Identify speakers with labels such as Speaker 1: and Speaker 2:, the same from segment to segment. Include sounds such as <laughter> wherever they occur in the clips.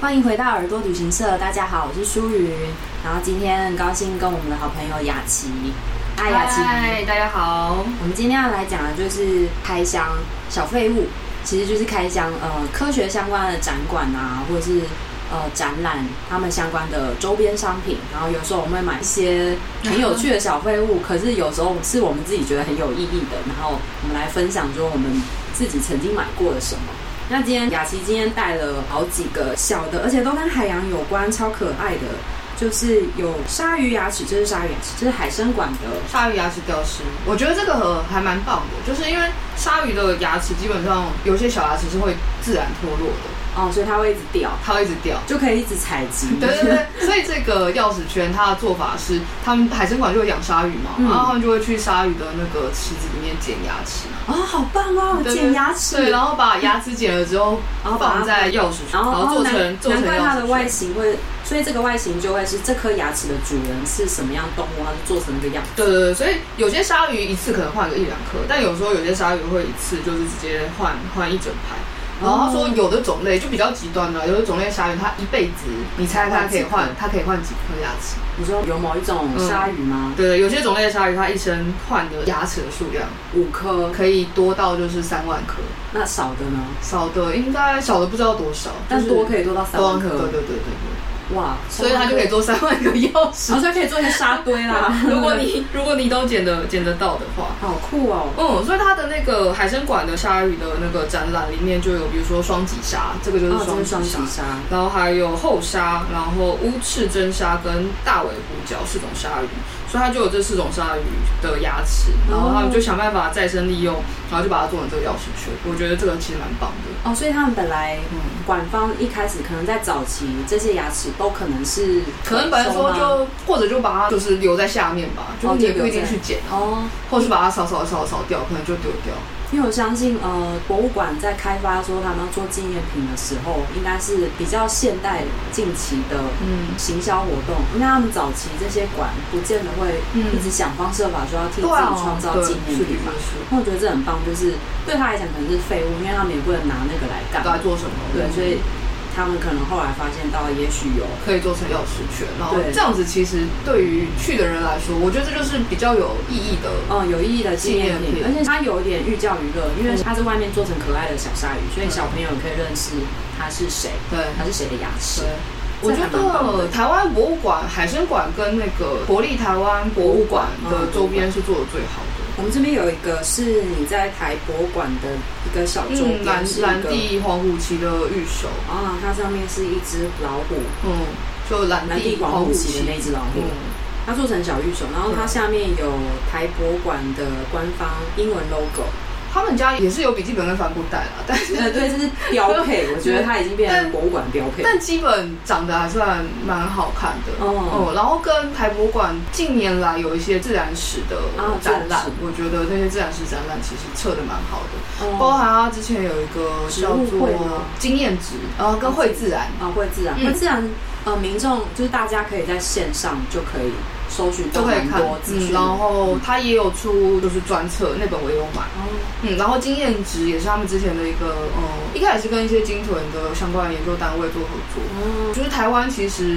Speaker 1: 欢迎回到耳朵旅行社，大家好，我是舒云，然后今天很高兴跟我们的好朋友雅琪，嗨雅琪，
Speaker 2: 嗨，大家好。
Speaker 1: 我们今天要来讲的就是开箱小废物，其实就是开箱呃科学相关的展馆啊，或者是呃展览他们相关的周边商品。然后有时候我们会买一些很有趣的小废物，可是有时候是我们自己觉得很有意义的，然后我们来分享说我们自己曾经买过的什么。那今天雅琪今天带了好几个小的，而且都跟海洋有关，超可爱的。就是有鲨鱼牙齿，这是鲨鱼牙齿，这是海参馆的
Speaker 2: 鲨鱼牙齿掉失，我觉得这个盒还蛮棒的，就是因为鲨鱼的牙齿基本上有些小牙齿是会自然脱落的，
Speaker 1: 哦，所以它会一直掉。
Speaker 2: 它会一直掉。
Speaker 1: 就可以一直采集。
Speaker 2: 对对对， <laughs> 所以这个钥匙圈它的做法是，他们海参馆就会养鲨鱼嘛，
Speaker 1: 嗯
Speaker 2: 然后他们就会去鲨鱼的那个池子里面捡牙齿，
Speaker 1: 啊、好棒哦！
Speaker 2: 对
Speaker 1: 剪牙齿，
Speaker 2: 对，然后把牙齿剪了之后
Speaker 1: 然后把它
Speaker 2: 放在钥匙圈，
Speaker 1: 然后哦
Speaker 2: 做成
Speaker 1: 难
Speaker 2: 做成
Speaker 1: 难怪它
Speaker 2: 钥
Speaker 1: 的
Speaker 2: 匙
Speaker 1: 外
Speaker 2: 圈。
Speaker 1: 形会，所以这个外形就会是这颗牙齿的主人是什么样动物，它就做成那个样子。
Speaker 2: 对对对，所以有些鲨鱼一次可能换个一两颗，但有时候有些鲨鱼会一次就是直接换换一整排。然后他说有的种类就比较极端了，有的种类鲨鱼它一辈子，你猜它可以换，它可以换几颗牙齿？
Speaker 1: 你说有某一种鲨鱼吗？
Speaker 2: 对对，有些种类的鲨鱼它一生换的牙齿的数量
Speaker 1: 五颗，
Speaker 2: 可以多到就是三万颗，
Speaker 1: 那少的呢？
Speaker 2: 少的应该少的不知道多少，
Speaker 1: 但多可
Speaker 2: 以
Speaker 1: 以做到三
Speaker 2: 多万
Speaker 1: 万
Speaker 2: 颗，对
Speaker 1: 颗
Speaker 2: 对，对对对，
Speaker 1: 哇！
Speaker 2: 所以它就可以哦做三万个钥匙。
Speaker 1: 三。万颗，然后就可以做一个沙堆啦 <laughs>
Speaker 2: 如果你如果你都捡得捡得到的话，
Speaker 1: 好酷哦，
Speaker 2: 嗯，所以它的那个海参馆的鲨鱼的那个展览里面就有，比如说双脊鲨，这个就
Speaker 1: 哦，这
Speaker 2: 是双
Speaker 1: 是
Speaker 2: 脊
Speaker 1: 双
Speaker 2: 鲨，
Speaker 1: 喜鲨，
Speaker 2: 然后还有后鲨，然后呃乌翅真鲨跟大尾虎角四种鲨鱼，所以它就有这四种鲨鱼的牙齿，然后他们就想办法再生利用，然后就把它做成这个钥匙圈。我觉得这个其实蛮棒的，
Speaker 1: 哦，所以他们本来
Speaker 2: 嗯，
Speaker 1: 馆方一开始可能在早期，这些牙齿都可能是
Speaker 2: 可能本来
Speaker 1: 回收
Speaker 2: 说
Speaker 1: 吗
Speaker 2: 就或者就把它就是留在下面吧，就是你也不一定去啊捡，
Speaker 1: 哦，
Speaker 2: 或是把它扫扫扫扫掉，可能就丢掉。
Speaker 1: 因为我相信，呃，博物馆在开发说他们要做纪念品的时候，应该是比较现代近期的
Speaker 2: 嗯，
Speaker 1: 行销活动。因为他们早期这些馆不见得会
Speaker 2: 嗯
Speaker 1: 一直想方设法说要替自
Speaker 2: 对啊，
Speaker 1: 己创造
Speaker 2: 对
Speaker 1: 纪
Speaker 2: 是
Speaker 1: 念
Speaker 2: 的
Speaker 1: 品嘛。
Speaker 2: 是的
Speaker 1: 那我觉得这很棒，就是对他来讲可能是废物，因为他们也不能拿那个来干
Speaker 2: 都在
Speaker 1: 嘛。
Speaker 2: 做什么？
Speaker 1: 对，所以他们可能后来发现到，也许有
Speaker 2: 可以做成钥匙圈，然后
Speaker 1: 对
Speaker 2: 这样子其实对于去的人来说，我觉得这就是比较有意义的。
Speaker 1: 嗯，有意义的纪念
Speaker 2: 纪
Speaker 1: 品，
Speaker 2: 念品
Speaker 1: 而且它有一点寓教于乐，因为它是外面做成可爱的小鲨鱼，所以小朋友可以认识它是谁，
Speaker 2: 对
Speaker 1: 它是谁的牙齿
Speaker 2: 对。，我觉
Speaker 1: 这还蛮棒
Speaker 2: 得
Speaker 1: 的
Speaker 2: 台湾博物馆、海参馆跟那个国立台湾博物馆的周边是做的最好的。
Speaker 1: 我们这边有一个是你在台博物馆的一个小周边，
Speaker 2: 嗯，蓝
Speaker 1: 是一
Speaker 2: 蓝
Speaker 1: 个
Speaker 2: 地黄虎旗的玉手，
Speaker 1: 啊，它上面是一只老虎，
Speaker 2: 嗯，就蓝
Speaker 1: 蓝地
Speaker 2: 地黄
Speaker 1: 黄
Speaker 2: 虎
Speaker 1: 虎
Speaker 2: 旗
Speaker 1: 旗的那只老虎
Speaker 2: 嗯，，
Speaker 1: 它做成小玉手，然后它下面有台博物馆的官方英文 logo，
Speaker 2: 他们家也是有笔记本跟帆布袋啦，但是
Speaker 1: 呃，对，这是标配，我觉得它已经变成博物馆标配。
Speaker 2: 但基本长得还算蛮好看的
Speaker 1: 哦
Speaker 2: 哦、然后跟台博馆近年来有一些自然史的
Speaker 1: 啊
Speaker 2: 展览，
Speaker 1: 自然史
Speaker 2: 我觉得那些自然史展览其实测的蛮好的，包
Speaker 1: 哦
Speaker 2: 含它之前有一个
Speaker 1: 植
Speaker 2: 叫
Speaker 1: 物
Speaker 2: 做
Speaker 1: 会吗
Speaker 2: 经验值，然后跟会自然。
Speaker 1: 啊，会自然，
Speaker 2: 嗯
Speaker 1: 会自然，呃，民众就是大家可以在线上就可以搜寻
Speaker 2: 都
Speaker 1: 到
Speaker 2: 可以
Speaker 1: 很
Speaker 2: 看
Speaker 1: 多，资
Speaker 2: 嗯，
Speaker 1: 讯，
Speaker 2: 然后它也有出就是专册，那本我也有买，
Speaker 1: 哦
Speaker 2: 嗯，然后经验值也是他们之前的一个，呃，应该也是跟一些鲸豚的相关研究单位做合作，
Speaker 1: 哦，
Speaker 2: 就是台湾其实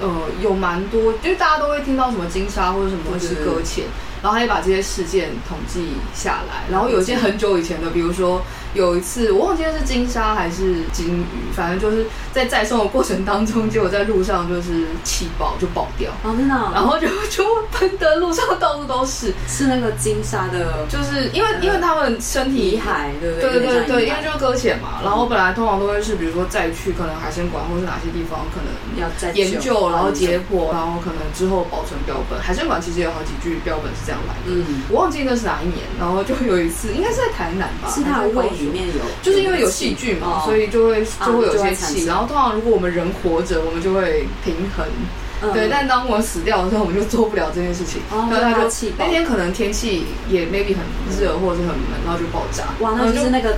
Speaker 2: 呃有蛮多，就是大家都会听到什么金沙或者什么是呃搁浅，然后他也把这些事件统计下来，然后有一些很久以前的，比如说有一次我忘记是金沙还是金鱼，反正就是在载送的过程当中，结果在路上就是气爆就爆掉，
Speaker 1: 哦，真的哦，
Speaker 2: 然后就就喷的路上到处都是，
Speaker 1: 是那个金沙的
Speaker 2: 就是因为因为他们身体
Speaker 1: 遗骸，对不
Speaker 2: 嗯对
Speaker 1: 对
Speaker 2: 对对对，因
Speaker 1: 因为
Speaker 2: 为就是搁浅嘛，然后本来通常都会是，比如说再去可能海参馆或是哪些地方，可能
Speaker 1: 要再
Speaker 2: 研究，然后解
Speaker 1: 结，
Speaker 2: 剖，然后可能之后保存标本。海参馆其实有好几句标本是这样来的，
Speaker 1: 嗯，
Speaker 2: 我忘记那是哪一年，然后就有一次，应该是在台南吧，
Speaker 1: 是它
Speaker 2: 还
Speaker 1: 的
Speaker 2: 是在
Speaker 1: 胃
Speaker 2: 高雄
Speaker 1: 里面有，
Speaker 2: 就是因为有细菌嘛，所
Speaker 1: 以
Speaker 2: 以就会
Speaker 1: 啊
Speaker 2: 就会有一些
Speaker 1: 就会产生
Speaker 2: 气，然后通常如果我们人活着，我们就会平衡，对，但当我死掉的时候，我们就做不了这件事情，
Speaker 1: 嗯哦
Speaker 2: 然后
Speaker 1: 就
Speaker 2: 它
Speaker 1: 怕
Speaker 2: 就
Speaker 1: 气爆
Speaker 2: 那天可能天气也 maybe 嗯很热或者是很闷，然后就爆炸，
Speaker 1: 哇，
Speaker 2: 然
Speaker 1: 那
Speaker 2: 后
Speaker 1: 就是那个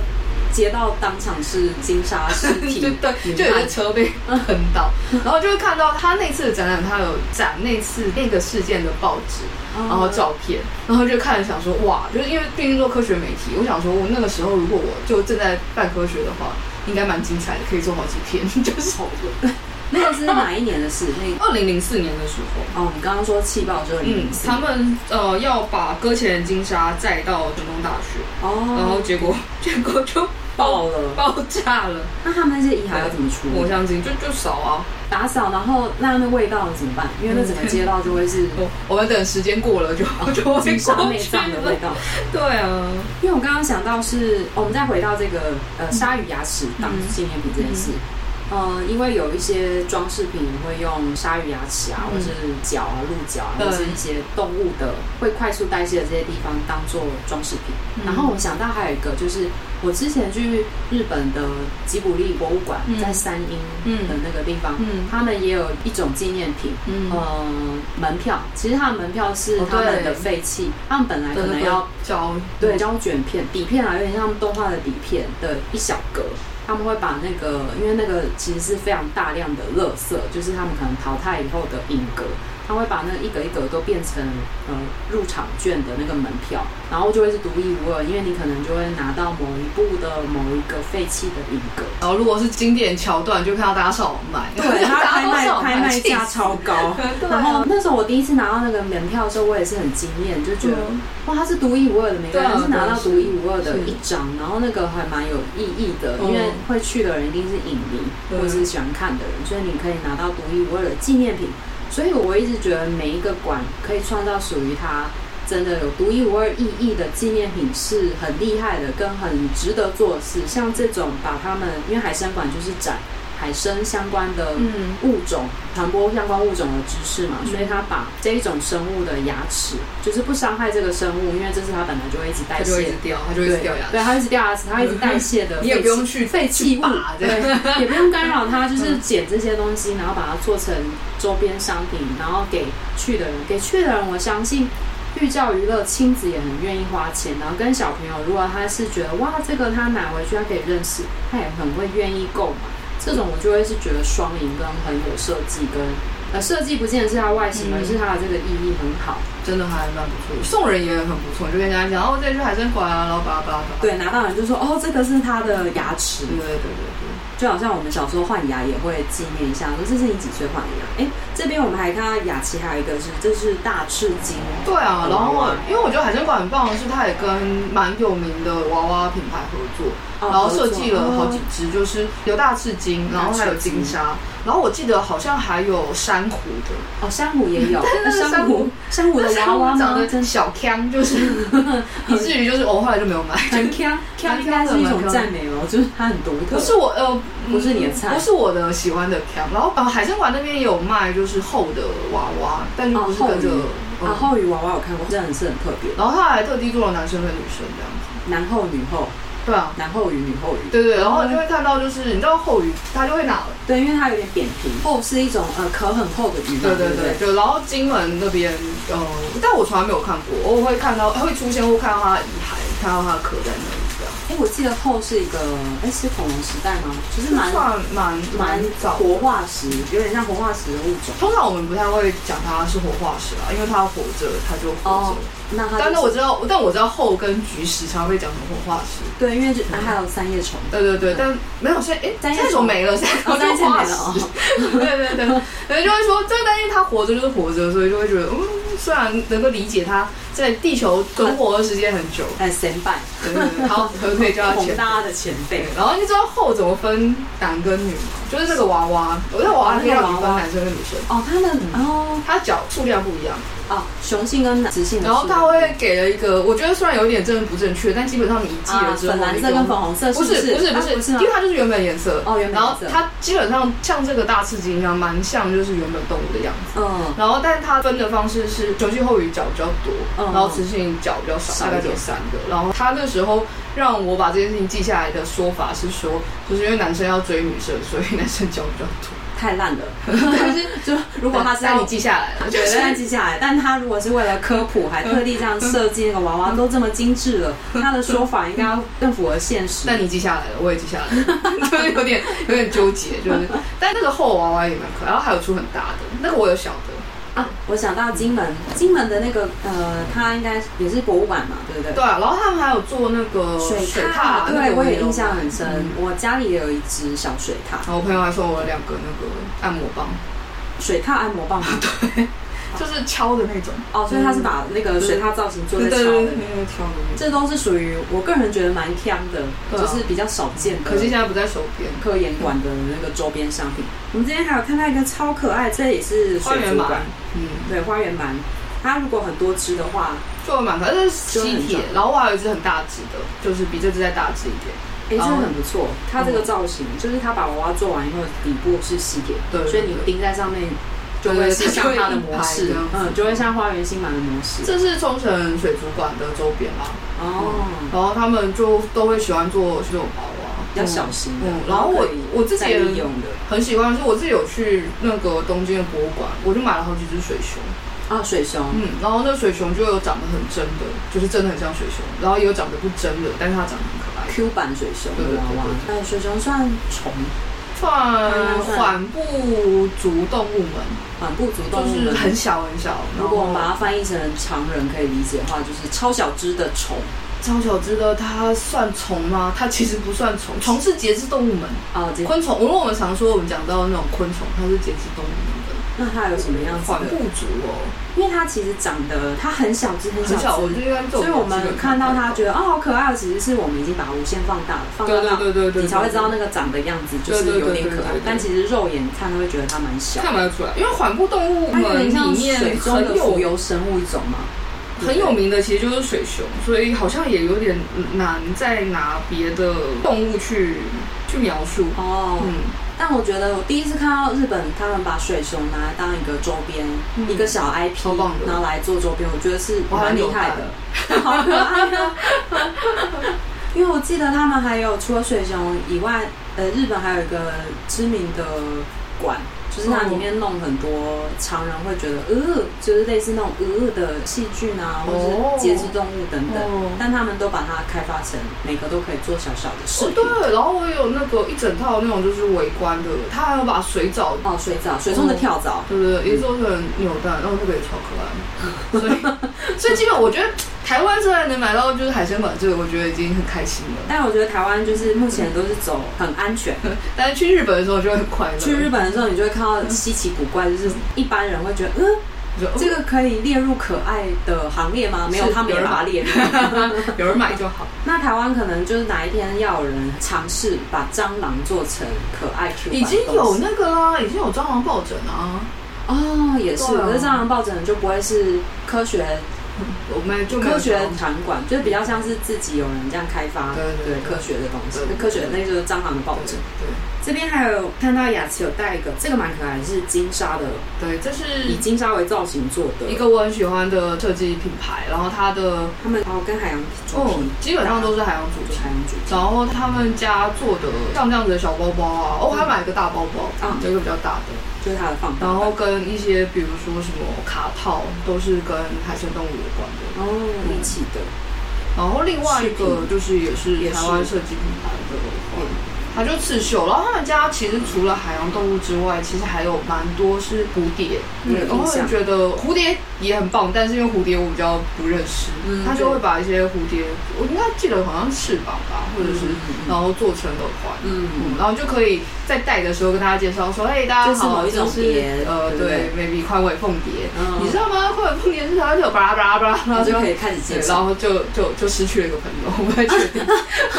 Speaker 1: 接到当场是金沙
Speaker 2: <laughs>
Speaker 1: 尸体
Speaker 2: 就对，就有些车被喷
Speaker 1: <laughs>
Speaker 2: 到，然后就会看到他那次的展览，他有展那次那个事件的报纸，
Speaker 1: 哦
Speaker 2: 然后照片，然后就看了想说哇，就是因为毕竟做科学媒体，我想说我那个时候如果我就正在办科学的话，应该蛮精彩的，可以做好几篇， <laughs> 就是
Speaker 1: 那个是哪一年的事？那
Speaker 2: 二零零四年的时候。
Speaker 1: 哦，你刚刚说气爆这里
Speaker 2: 嗯，，他们呃要把搁浅金沙载到成功大学，然后
Speaker 1: 哦，
Speaker 2: 结果结果就
Speaker 1: 爆了。嗯
Speaker 2: 爆炸了，
Speaker 1: 那他们那些遗骸要怎么处
Speaker 2: 抹
Speaker 1: 理？
Speaker 2: 香鲸就就少啊。
Speaker 1: 打扫，然后那那味道怎么办？因为那整个街道就会是
Speaker 2: 我我们等时间过了就、 <laughs> 就会
Speaker 1: 金沙
Speaker 2: 过
Speaker 1: 内
Speaker 2: 去
Speaker 1: 脏的味
Speaker 2: 了。
Speaker 1: 道。
Speaker 2: 对啊，
Speaker 1: 因为我刚刚想到是，哦我们再回到这个呃鲨鱼牙齿当纪念品这件事，
Speaker 2: 嗯
Speaker 1: 呃，因为有一些装饰品会用鲨鱼牙齿啊，
Speaker 2: 嗯
Speaker 1: 或是角啊、鹿角啊，
Speaker 2: 对
Speaker 1: 或是一些动物的会快速代谢的这些地方当做装饰品。
Speaker 2: 嗯
Speaker 1: 然后我想到还有一个就是，我之前去日本的吉卜力博物馆，
Speaker 2: 嗯
Speaker 1: 在三
Speaker 2: 嗯
Speaker 1: 鹰的那个地方，
Speaker 2: 嗯
Speaker 1: 他们也有一种纪念品，
Speaker 2: 嗯，
Speaker 1: 呃，门票。其实它的门票是
Speaker 2: 哦
Speaker 1: 他们
Speaker 2: 对
Speaker 1: 的废弃，他们本来可能要
Speaker 2: 交
Speaker 1: 对，胶卷片、底片啊，有点像动画的底片的一小格。他们会把那个，因为那个其实是非常大量的垃圾，就是他们可能淘汰以后的影格，他会把那一格一格都变成呃入场券的那个门票，然后就会是独一无二，因为你可能就会拿到某一部的某一个废弃的影格。
Speaker 2: 然后如果是经典桥段，就看到大家上网买，
Speaker 1: 对，它
Speaker 2: <laughs> 大家
Speaker 1: 拍
Speaker 2: 都
Speaker 1: 卖
Speaker 2: 上网
Speaker 1: 拍卖
Speaker 2: 气
Speaker 1: 价
Speaker 2: 死
Speaker 1: 超高。
Speaker 2: <laughs> 对啊
Speaker 1: 然后那时候我第一次拿到那个门票的时候，我也是很惊艳，就觉得、
Speaker 2: 嗯
Speaker 1: 哇，它是独一无二的，每个
Speaker 2: 对啊
Speaker 1: 人是拿到
Speaker 2: 对
Speaker 1: 独一无二的
Speaker 2: 是
Speaker 1: 一张，然后那个还蛮有意义的，
Speaker 2: 嗯
Speaker 1: 因为会去的人一定是影迷
Speaker 2: 对
Speaker 1: 或者是喜欢看的人，所以你可以拿到独一无二的纪念品。所以我一直觉得每一个馆可以创造属于它真的有独一无二意义的纪念品是很厉害的，跟很值得做的事。像这种把它们，因为海参馆就是展海参相关的
Speaker 2: 嗯
Speaker 1: 物种、传播相关物种的知识嘛，
Speaker 2: 嗯
Speaker 1: 所以他把这一种生物的牙齿，就是不伤害这个生物，因为这是它本来就会一直代
Speaker 2: 它就会一直
Speaker 1: 谢。
Speaker 2: 掉，它就会一
Speaker 1: 对
Speaker 2: 直掉牙，
Speaker 1: 对，它一直掉牙齿，它一直代谢的废
Speaker 2: 你
Speaker 1: 弃，
Speaker 2: 也不用去
Speaker 1: 废弃
Speaker 2: 去
Speaker 1: 物
Speaker 2: 拔，这样
Speaker 1: 对，嗯也不用干扰它，就是捡这些东西，然后把它做成周边商品，然后给去的人，给去的人，我相信寓教于乐，亲子也很愿意花钱，然后跟小朋友，如果他是觉得哇，这个他买回去他可以认识，他也很会愿意购买，这种我就会是觉得双赢跟很有设计跟。呃，设计不见得是它外形，
Speaker 2: 嗯
Speaker 1: 而是它的这个意义很好。
Speaker 2: 真的还蛮不错，送人也很不错，就跟人家讲哦，再去海参馆啊，然后巴拉巴拉巴拉。
Speaker 1: 对，拿到人就说哦，这个是它的牙齿，
Speaker 2: 对对对对
Speaker 1: 就好像我们小时候换牙也会纪念一下，说这是你几岁换的牙。哎、这边我们还看到雅琪还有一个是，这是大赤金，
Speaker 2: 对，对啊，然后我因为我觉得海参馆很棒的是，它也跟蛮有名的娃娃品牌合作，
Speaker 1: 哦
Speaker 2: 然后设计了好几只，就是有大赤鲸，然后还有金鲨，然后我记得好像还有珊瑚的，
Speaker 1: 哦，珊瑚
Speaker 2: <laughs>
Speaker 1: 也有，
Speaker 2: 那是
Speaker 1: 珊瑚珊瑚的娃娃
Speaker 2: 长
Speaker 1: 吗？
Speaker 2: 得 <laughs>
Speaker 1: 真
Speaker 2: 小腔，就是
Speaker 1: <laughs>
Speaker 2: 以至于就是我后来就没有买，
Speaker 1: 很锵，锵应该是一种赞美哦，就是它很独特。
Speaker 2: 不是我呃
Speaker 1: <laughs> 不是你的菜
Speaker 2: 不是我的喜欢的腔。然后呃海参馆那边也有卖就是厚的娃娃，但就
Speaker 1: 哦
Speaker 2: 不是
Speaker 1: 厚
Speaker 2: 跟着
Speaker 1: 鱼
Speaker 2: 嗯哦
Speaker 1: 啊，后鱼娃娃我看过，真的是很特别，
Speaker 2: 然后他还特地做了男生跟女生这样子，
Speaker 1: 男后女后，
Speaker 2: 对啊。
Speaker 1: 男后鱼女后鱼。
Speaker 2: 对对，然后你就会看到，就是你知道厚鱼，他就会拿
Speaker 1: 对，因为它有点扁平，厚是一种呃壳很厚的鱼嘛，
Speaker 2: 对对
Speaker 1: 不
Speaker 2: 对，就然后金门那边，呃，但我从来没有看过，我会看到会出现或看到它的遗骸，看到它的壳在那里这样，
Speaker 1: 哎，我记得后是一个，哎，是恐龙时代吗？就是蛮
Speaker 2: 算蛮
Speaker 1: 蛮
Speaker 2: 蛮早的。
Speaker 1: 活化石，有点像活化石的物种。
Speaker 2: 通常我们不太会讲它是活化石啊，因为它活着，它就活着。，
Speaker 1: 哦那它、
Speaker 2: 但是
Speaker 1: 就
Speaker 2: 我知道，但我知道后跟菊石常会讲成活化石。
Speaker 1: 对，因为就、啊、还有三叶虫。
Speaker 2: 对对对，但没有现在，哎，
Speaker 1: 三叶
Speaker 2: 叶虫
Speaker 1: 虫
Speaker 2: 没了，现在
Speaker 1: 哦，三叶
Speaker 2: 就
Speaker 1: 虫
Speaker 2: 化
Speaker 1: 没
Speaker 2: 石
Speaker 1: 了。哦，
Speaker 2: <laughs> 对对对，人就会说，这但是他活着就是活着，所以就会觉得，嗯，虽然能够理解他在地球存活的时间很久，
Speaker 1: 哎，神拜，
Speaker 2: 对对对，好，可不可以叫他
Speaker 1: 宏
Speaker 2: 前辈？
Speaker 1: 大的前
Speaker 2: 对
Speaker 1: 辈。，
Speaker 2: 然后你知道后怎么分男跟女吗？就是那个娃娃，我那娃娃可以让你分男生跟女生，
Speaker 1: 哦，他们
Speaker 2: 嗯
Speaker 1: 哦
Speaker 2: 它脚数量不一样，
Speaker 1: 哦，雄性跟男雌性的是，
Speaker 2: 然后他会给了一个，我觉得虽然有一点政治不正确，但基本上你一记
Speaker 1: 啊
Speaker 2: 了之后，
Speaker 1: 粉蓝
Speaker 2: 你
Speaker 1: 色
Speaker 2: 就
Speaker 1: 跟粉红色，
Speaker 2: 不是
Speaker 1: 是
Speaker 2: 不是
Speaker 1: 啊
Speaker 2: 不是，
Speaker 1: 吗
Speaker 2: 因为它就是原本颜色
Speaker 1: 哦原本颜色
Speaker 2: 然后它基本上像这个大刺激一样，蛮像就是原本动物的样子。
Speaker 1: 嗯，
Speaker 2: 然后，但它分的方式是雄性后羽角比较多，
Speaker 1: 嗯
Speaker 2: 然后雌性角比较少，
Speaker 1: 少
Speaker 2: 大概只有
Speaker 1: 一点
Speaker 2: 三个。然后他那时候让我把这件事情记下来的说法是说，就是因为男生要追女生，所以男生角比较多。
Speaker 1: 太烂
Speaker 2: <laughs>
Speaker 1: 了。但是就 <laughs> 如果他是
Speaker 2: 让
Speaker 1: 要
Speaker 2: 你记下来
Speaker 1: <laughs>
Speaker 2: 了，
Speaker 1: 对，但记下来。但他如果是为了科普，还特地这样设计那个娃娃，
Speaker 2: 嗯
Speaker 1: 都这么精致了，他的说法应该要更符合现实。
Speaker 2: 但你记下来了，我也记下来了， <laughs> 就是有点有点纠结，就是。但那个厚娃娃也蛮可爱，然后还有出很大的，那个我有小的。
Speaker 1: 啊，我想到金门，金门的那个呃，它应该也是博物馆嘛，对不对？
Speaker 2: 对啊，然后他们还有做那个
Speaker 1: 水
Speaker 2: 水啊
Speaker 1: 獭，
Speaker 2: 那个
Speaker 1: 对我也
Speaker 2: 有
Speaker 1: 印象很深
Speaker 2: 嗯。
Speaker 1: 我家里也有一只小水獭，
Speaker 2: 然后我朋友还送我两个那个按摩棒，
Speaker 1: 水獭按摩
Speaker 2: <laughs>
Speaker 1: 棒嘛，
Speaker 2: 就是敲的那种，
Speaker 1: 哦，所以它是把那个水獭造型做在敲的。
Speaker 2: 嗯对，敲的那种。
Speaker 1: 这都是属于我个人觉得蛮强的，
Speaker 2: 对啊
Speaker 1: 就是比较少见的。
Speaker 2: 可惜现在不在手边。
Speaker 1: 科研馆的那个周边商品，我们今天还有看到一个超可爱，这也是
Speaker 2: 花
Speaker 1: 水
Speaker 2: 园
Speaker 1: 族
Speaker 2: 蛮
Speaker 1: 馆，，
Speaker 2: 嗯，
Speaker 1: 对，花园鳗。它如果很多只的话，
Speaker 2: 就还蛮可爱，这是吸铁。然后我还有一只很大只的，就是比这只再大只一点。
Speaker 1: 哎、这个
Speaker 2: 哦
Speaker 1: 很不错。它这个造型，就是它把娃娃做完以后，底部是吸铁，
Speaker 2: 嗯对
Speaker 1: 所以你钉在上面就会是像它的模式
Speaker 2: 对对对它就会硬，排
Speaker 1: 嗯，就会像花园新版的模式。
Speaker 2: 这是冲绳水族馆的周边啦，
Speaker 1: 哦，
Speaker 2: 然后他们就都会喜欢做这种娃娃，
Speaker 1: 要小心的。
Speaker 2: 嗯，然后我
Speaker 1: 可以
Speaker 2: 我自己
Speaker 1: 再
Speaker 2: 也
Speaker 1: 利用的
Speaker 2: 很喜欢，是我自己有去那个东京的博物馆，我就买了好几只水熊，
Speaker 1: 啊，水熊，
Speaker 2: 嗯，然后那水熊就有长得很真的，就是真的很像水熊，然后也有长得不真的，但是它长得很可爱，
Speaker 1: Q 版水熊的娃娃
Speaker 2: 对对，
Speaker 1: 但水熊算虫，
Speaker 2: 算缓步足动物门，
Speaker 1: 缓不足动物
Speaker 2: 就是
Speaker 1: 的
Speaker 2: 很小很小，
Speaker 1: 如果我们把
Speaker 2: 麻
Speaker 1: 它翻译成常人可以理解的话，就是超小只的虫
Speaker 2: 超小只的它算虫吗？它其实不算虫，虫是节肢动物门，
Speaker 1: 啊。这
Speaker 2: 昆虫，因为我们常说我们讲到那种昆虫，它是节肢动物门的，
Speaker 1: 那它有什么样子
Speaker 2: 缓步
Speaker 1: 的？
Speaker 2: 足哦，
Speaker 1: 因为它其实长得它很小只，很
Speaker 2: 很小，
Speaker 1: 小
Speaker 2: 我
Speaker 1: 只
Speaker 2: 就，应该
Speaker 1: 所以我们看到它觉
Speaker 2: 得
Speaker 1: 得哦好可爱哦，其实是我们已经把它无限放大了，放大
Speaker 2: 对对
Speaker 1: 到
Speaker 2: 对对对，
Speaker 1: 你才会知道那个长的样子，就是有点可
Speaker 2: 对对对对
Speaker 1: 爱
Speaker 2: 对对。
Speaker 1: 但其实肉眼看会觉得它蛮小，
Speaker 2: 看不出来，因为缓步动物
Speaker 1: 它有
Speaker 2: 门
Speaker 1: 点像
Speaker 2: 里
Speaker 1: 水
Speaker 2: 面
Speaker 1: 中的
Speaker 2: 很
Speaker 1: 浮
Speaker 2: 有
Speaker 1: 游生物一种嘛。
Speaker 2: 很有名的，其实就是水熊，所以好像也有点难再拿别的动物去去描述。
Speaker 1: 哦，
Speaker 2: 嗯，
Speaker 1: 但我觉得我第一次看到日本他们把水熊拿来当一个周边、
Speaker 2: 嗯
Speaker 1: 一个小 IP，
Speaker 2: 超棒的
Speaker 1: 拿来做周边，我觉得是
Speaker 2: 我还
Speaker 1: 蛮厉
Speaker 2: 有
Speaker 1: 害的，好可爱啊！
Speaker 2: 哦
Speaker 1: 因为我记得他们还有除了水熊以外，呃，日本还有一个知名的馆。就是它里面弄很多常人会觉得呃，就是类似那种呃的细菌啊，或
Speaker 2: 哦
Speaker 1: 者是节肢动物等等，
Speaker 2: 哦
Speaker 1: 呃但他们都把它开发成每个都可以做小小的饰
Speaker 2: 哦
Speaker 1: 品。
Speaker 2: 对，然后我有那个一整套那种就是围观的，它还有把水藻，
Speaker 1: 哦，水藻，水中的
Speaker 2: 哦
Speaker 1: 跳蚤，
Speaker 2: 对不对？也做成扭蛋，然后这个也
Speaker 1: <laughs>
Speaker 2: 超可爱。所以，所以基本我觉得台湾虽然能买到就是海参馆这个，我觉得已经很开心了。
Speaker 1: 但我觉得台湾就是目前都是走很安
Speaker 2: <laughs>
Speaker 1: 全。
Speaker 2: 但是去日本的时候就会很快乐，
Speaker 1: 去日本的时候，你就会看到稀奇古怪，就是一般人会觉得，嗯，
Speaker 2: 就哦
Speaker 1: 这个可以列入可爱的行列吗？没有，
Speaker 2: 是
Speaker 1: 他们也
Speaker 2: 有人
Speaker 1: 把它
Speaker 2: 买
Speaker 1: 列入。
Speaker 2: <laughs> 有人买就好。
Speaker 1: <laughs> 那台湾可能就是哪一天要有人尝试把蟑螂做成可爱 Q 版
Speaker 2: 已
Speaker 1: 的
Speaker 2: 经
Speaker 1: 东
Speaker 2: 有
Speaker 1: 西
Speaker 2: 那个啦，已经有蟑螂抱枕啊，
Speaker 1: 哦，也是，
Speaker 2: 对啊
Speaker 1: 可是蟑螂抱枕就不会是科学
Speaker 2: 我们就没有
Speaker 1: 科学
Speaker 2: 蟑螂
Speaker 1: 场馆，就是比较像是自己有人这样开发
Speaker 2: 哦对对对
Speaker 1: 科学的东西
Speaker 2: 对对，对
Speaker 1: 科学那就是蟑螂的抱
Speaker 2: 抱
Speaker 1: 枕
Speaker 2: 枕。，
Speaker 1: 这边还有看到雅琪有带一个，这个蛮可爱的，是金沙的
Speaker 2: 对对，这
Speaker 1: 以
Speaker 2: 是
Speaker 1: 金沙为造型做的
Speaker 2: 嗯一个我很喜欢的设计品牌，然后它的
Speaker 1: 他们哦跟海洋主
Speaker 2: 哦
Speaker 1: 题，，
Speaker 2: 基本上都是海洋主
Speaker 1: 就是
Speaker 2: 题。
Speaker 1: 海洋主题
Speaker 2: 然后他们家做的像这样子的小包包啊，哦，我还买一个大包包，
Speaker 1: 嗯
Speaker 2: 有一个比较大的，
Speaker 1: 就是它的放大
Speaker 2: 然
Speaker 1: 版
Speaker 2: 后跟一些比如说什么卡套，都是跟海生动物有关的。
Speaker 1: 哦一起的，
Speaker 2: 然后另外一
Speaker 1: 饰
Speaker 2: 个
Speaker 1: 品
Speaker 2: 就是也是
Speaker 1: 也是
Speaker 2: 台湾设计品牌的话，它就刺绣。然后他们家其实除了海洋动物之外，其实还有蛮多是蝴蝶。
Speaker 1: 嗯
Speaker 2: 对，我
Speaker 1: 印
Speaker 2: 会
Speaker 1: 象
Speaker 2: 觉得蝴蝶也很棒，但是因为蝴蝶我比较不认识，
Speaker 1: 嗯
Speaker 2: 他就
Speaker 1: 对
Speaker 2: 会把一些蝴蝶，我应该记得好像翅膀吧，或者是
Speaker 1: 嗯嗯嗯
Speaker 2: 然后做成耳环。
Speaker 1: 嗯
Speaker 2: 嗯，然后就可以在戴的时候跟大家介绍说，嘿，大家
Speaker 1: 这是
Speaker 2: 好，
Speaker 1: 某一
Speaker 2: 就
Speaker 1: 种
Speaker 2: 是
Speaker 1: 蝶
Speaker 2: 呃，
Speaker 1: 对不
Speaker 2: 对
Speaker 1: 对
Speaker 2: ，maybe 宽尾凤蝶，
Speaker 1: 嗯
Speaker 2: 你知道吗？宽尾凤蝶是它就巴拉巴拉巴拉，然
Speaker 1: 然后
Speaker 2: 后 <laughs> 就
Speaker 1: 就可以开始介，
Speaker 2: 对然
Speaker 1: 绍。
Speaker 2: 后就就就失去了一个朋友，我不太确 <laughs> 定，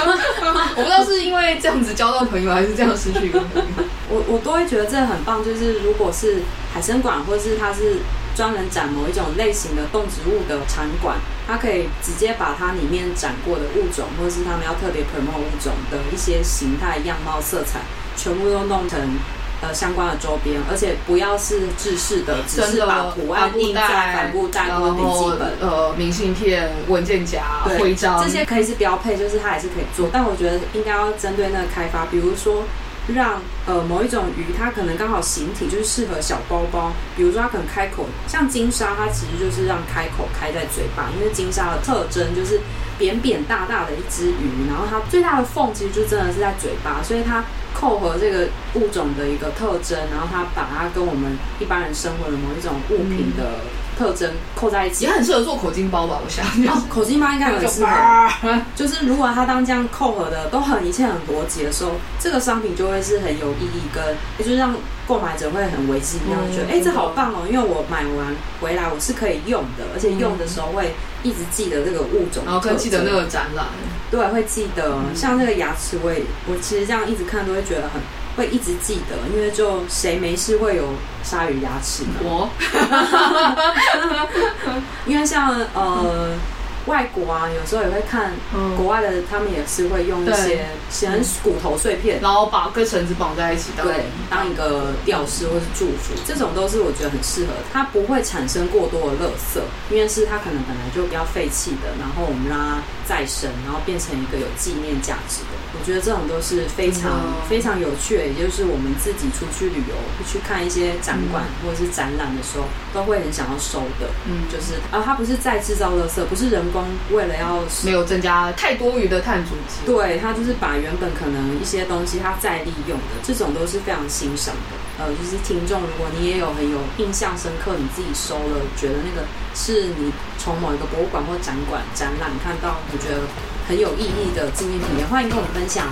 Speaker 2: 我不知道是因为这样子交到朋友，还是这样失去一个朋友。
Speaker 1: 我我都会觉得这很棒，就是如果是海参馆，或是它是专门展某一种类型的动植物的场馆，它可以直接把它里面展过的物种，或是他们要特别 promote 物种的一些形态、样貌、色彩，全部都弄成。呃，相关的周边，而且不要是制式的，只
Speaker 2: <laughs> 真
Speaker 1: 是
Speaker 2: 的
Speaker 1: 把图案印在帆布袋
Speaker 2: 然
Speaker 1: 或者笔记
Speaker 2: 后
Speaker 1: 本，
Speaker 2: 呃，明信片、文件夹、
Speaker 1: 对
Speaker 2: 徽章
Speaker 1: 这些可以是标配，就是它也是可以做，但我觉得应该要针对那个开发，比如说让呃某一种鱼，它可能刚好形体就是适合小包包，比如说它可能开口，像金沙，它其实就是让开口开在嘴巴，因为金沙的特征就是扁扁大大的一只鱼，然后它最大的缝其实就真的是在嘴巴，所以它扣合这个物种的一个特征，然后它把它跟我们一般人生活的某一种物品的特征扣在一起
Speaker 2: 也，很适合做口巾包吧，我想。
Speaker 1: 哦，口径包应该很适合。
Speaker 2: 啊
Speaker 1: 就是如果它当这样扣合的都很一切很逻辑的时候，这个商品就会是很有意义跟，就是让购买者会很为之一亮，
Speaker 2: 嗯
Speaker 1: 觉得哎、诶这好棒哦，因为我买完回来我是可以用的，而且用的时候会一直记得这个物种，
Speaker 2: 然后跟哦记得那个嗯展览，
Speaker 1: 对，会记得，像那个牙齿，我也我其实这样一直看都会觉得很会一直记得，因为就谁没事会有鲨鱼牙齿呢？
Speaker 2: 我
Speaker 1: 因为像呃外国啊，有时候也会看
Speaker 2: 嗯
Speaker 1: 国外的，他们也是会用一些显骨头碎片，
Speaker 2: 然后把跟绳子绑在一起当
Speaker 1: 对，当一个吊饰或是祝福，这种都是我觉得很适合。它不会产生过多的垃圾，因为是它可能本来就比较废弃的，然后我们让它再生，然后变成一个有纪念价值的。我觉得这种都是非常、
Speaker 2: 真的哦
Speaker 1: 非常有趣的，也就是我们自己出去旅游去看一些展馆、或者是展览的时候，都会很想要收的。
Speaker 2: 嗯，就
Speaker 1: 就是啊，它不是再制造垃圾，不是人工为了要
Speaker 2: 没有增加太多余的碳足迹。
Speaker 1: 对，它就是把原本可能一些东西它再利用的，这种都是非常欣赏的。呃，就是听众，如果你也有很有印象深刻，你自己收了，觉得那个是你从某一个博物馆或展馆展览看到，你觉得很有意义的纪念品，也欢迎跟我们分享。